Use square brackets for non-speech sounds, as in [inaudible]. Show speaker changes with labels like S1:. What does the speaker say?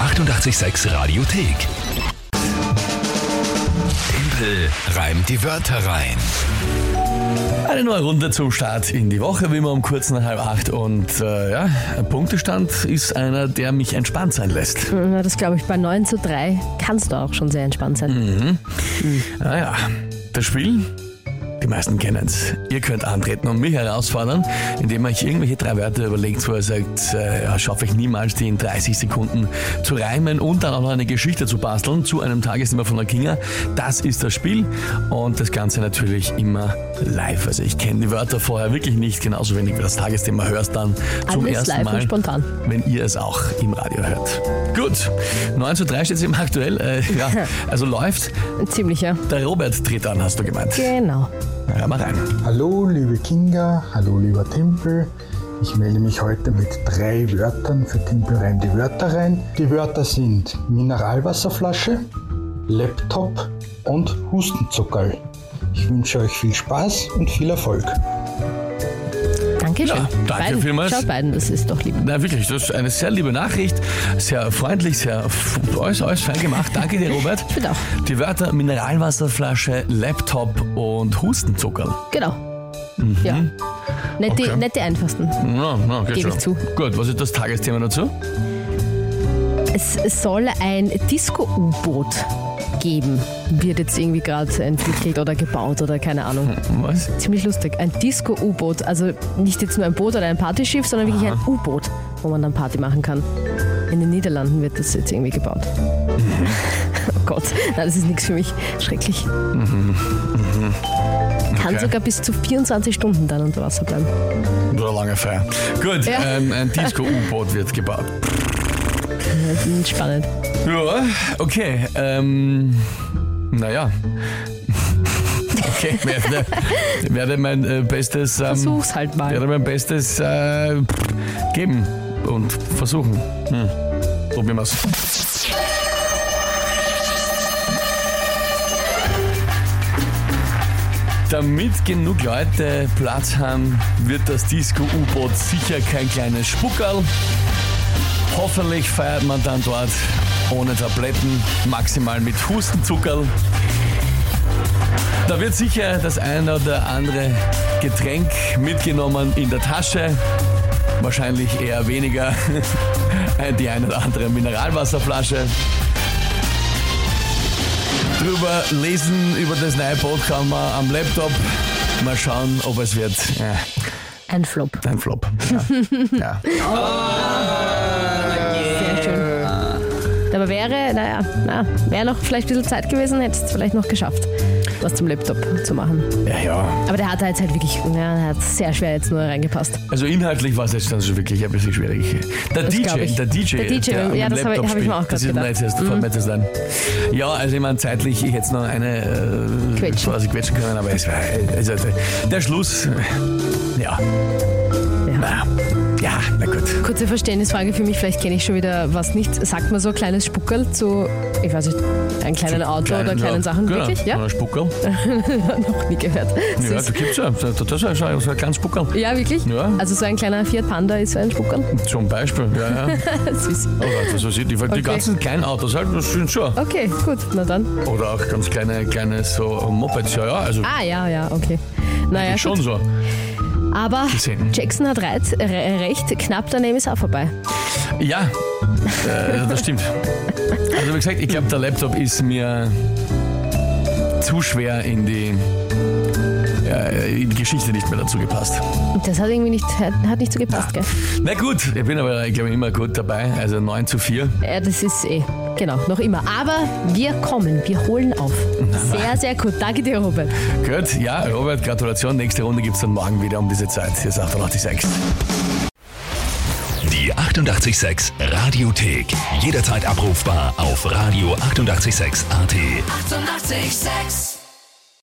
S1: 886 Radiothek. Tempel reimt die Wörter rein.
S2: Eine neue Runde zum Start in die Woche, wie immer um kurz nach halb acht. Und äh, ja, ein Punktestand ist einer, der mich entspannt sein lässt.
S3: Na, das glaube ich, bei 9 zu 3 kannst du auch schon sehr entspannt sein.
S2: Naja, das Spiel, die meisten kennen es. Ihr könnt antreten und mich herausfordern, indem ihr euch irgendwelche drei Wörter überlegt, wo ihr sagt, äh, ja, schaffe ich niemals, die in 30 Sekunden zu reimen und dann auch noch eine Geschichte zu basteln zu einem Tagesthema von der Kinga. Das ist das Spiel und das Ganze natürlich immer live. Also ich kenne die Wörter vorher wirklich nicht, genauso wenig wie das Tagesthema hörst dann zum
S3: Alles
S2: ersten
S3: live
S2: Mal
S3: und spontan.
S2: wenn ihr es auch im Radio hört. Gut, 9 zu 3 steht es eben aktuell. Äh,
S3: [laughs]
S2: ja, also läuft.
S3: Ziemlich, ja.
S2: Der Robert tritt an, hast du gemeint.
S3: Genau.
S2: Hör mal rein.
S4: Hallo, liebe Kinga, hallo, lieber Tempel. Ich melde mich heute mit drei Wörtern für Tempel rein die Wörter rein. Die Wörter sind Mineralwasserflasche, Laptop und Hustenzuckerl. Ich wünsche euch viel Spaß und viel Erfolg.
S3: Dankeschön.
S2: Ja, danke
S3: Beiden.
S2: vielmals.
S3: Schaut beiden, das ist doch lieb.
S2: Na wirklich, das ist eine sehr liebe Nachricht. Sehr freundlich, sehr f- alles, alles fein gemacht. Danke dir, Robert.
S3: Ich finde auch.
S2: Die Wörter Mineralwasserflasche, Laptop und Hustenzuckerl.
S3: Genau.
S2: Mhm.
S3: Ja. Nicht, die, nicht die einfachsten.
S2: Na, na, geht
S3: Gebe ich zu.
S2: Gut, was ist das Tagesthema dazu?
S3: Es soll ein Disco-U-Boot geben. Wird jetzt irgendwie gerade entwickelt oder gebaut oder keine Ahnung.
S2: Was?
S3: Ziemlich lustig. Ein Disco-U-Boot. Also nicht jetzt nur ein Boot oder ein Partyschiff, sondern wirklich ein U-Boot, wo man dann Party machen kann. In den Niederlanden wird das jetzt irgendwie gebaut. [laughs] oh Gott, nein, das ist nichts für mich. Schrecklich. Kann
S2: Okay.
S3: sogar bis zu 24 Stunden dann unter Wasser bleiben.
S2: Oder lange Feier. Gut,
S3: Ja.
S2: ähm, ein Disco-U-Boot wird
S3: [laughs]
S2: gebaut.
S3: Hm, Spannend.
S2: Ja, okay. Ähm, naja. [laughs] Okay, werde, werde mein äh, bestes, ähm,
S3: Versuch's halt mal.
S2: werde mein bestes äh, pff, geben und versuchen. Hm. Probieren wir's. Damit genug Leute Platz haben, wird das Disco-U-Boot sicher kein kleines Spuckerl. Hoffentlich feiert man dann dort ohne Tabletten, maximal mit Hustenzuckerl. Da wird sicher das eine oder andere Getränk mitgenommen in der Tasche. Wahrscheinlich eher weniger [laughs] die eine oder andere Mineralwasserflasche. Drüber lesen über das neue Boot kann man am Laptop. Mal schauen, ob es wird. Ja,
S3: Ein Flop.
S2: ein Flop. Ja. ja.
S3: Sehr schön. Äh. Aber wäre, naja, na, wäre noch vielleicht ein bisschen Zeit gewesen, hättest es vielleicht noch geschafft, was zum Laptop zu machen.
S2: ja, ja.
S3: Aber der hat da jetzt halt wirklich, ja, der hat sehr schwer jetzt nur reingepasst.
S2: Also inhaltlich war es jetzt dann schon wirklich ein bisschen schwierig. Der
S3: Das glaub
S2: DJ,
S3: ich.
S2: der DJ,
S3: Der DJ,
S2: am
S3: ja, das hab
S2: Laptop
S3: ich- hab ich mir
S2: spielt.
S3: auch
S2: Das ist
S3: grad
S2: mir jetzt erst mhm. mir das dann. Ja, also ich meine, zeitlich ich hätte es noch eine äh,
S3: Quetschen.
S2: quasi quetschen können, aber es war also, der Schluss. äh, Ja. Na, ja, na gut.
S3: Kurze Verständnisfrage für mich, vielleicht kenne ich schon wieder was nicht. Sagt man so ein kleines Spuckerl zu, ich weiß nicht, einem kleinen Auto oder kleinen
S2: ja,
S3: Sachen?
S2: genau.
S3: Wirklich? Ja?
S2: Ein Spuckerl.
S3: [laughs] noch nie gehört.
S2: Ja, also-
S3: Süß.
S2: da gibt es ja. Das ist ja schon so ein kleines Spuckerl.
S3: Ja, wirklich?
S2: Ja.
S3: Also so ein kleiner Fiat Panda ist so ein Spuckerl? [laughs]
S2: Zum Beispiel. Ja, ja.
S3: Süß.
S2: Oder das weiß ich, die, die
S3: Okay.
S2: ganzen kleinen Autos halt, das sind schon.
S3: Okay, gut, na dann.
S2: Oder auch ganz kleine, kleine so Mopeds. Ja, ja, also
S3: Ah, ja, ja, okay. Naja,
S2: ist schon
S3: gut.
S2: so.
S3: Aber
S2: gesehen.
S3: Jackson hat reit, re, recht, knapp daneben ist auch vorbei.
S2: Ja, äh, das stimmt. Also wie gesagt, ich glaube, der Laptop ist mir zu schwer in die, äh, in die Geschichte nicht mehr dazu gepasst.
S3: Und Das hat irgendwie nicht, hat, hat nicht so gepasst, gell?
S2: Na gut, ich bin aber, glaube ich, immer gut dabei. Also 9 zu 4.
S3: Ja, das ist eh, genau, noch immer. Aber wir kommen, wir holen auf. Sehr, sehr gut. Danke dir, Robert.
S2: Gut, ja, Robert, Gratulation. Nächste Runde gibt es dann morgen wieder um diese Zeit. Hier ist 886.
S1: Die 886 Radiothek. Jederzeit abrufbar auf radio886.at. 886! 886.
S5: 886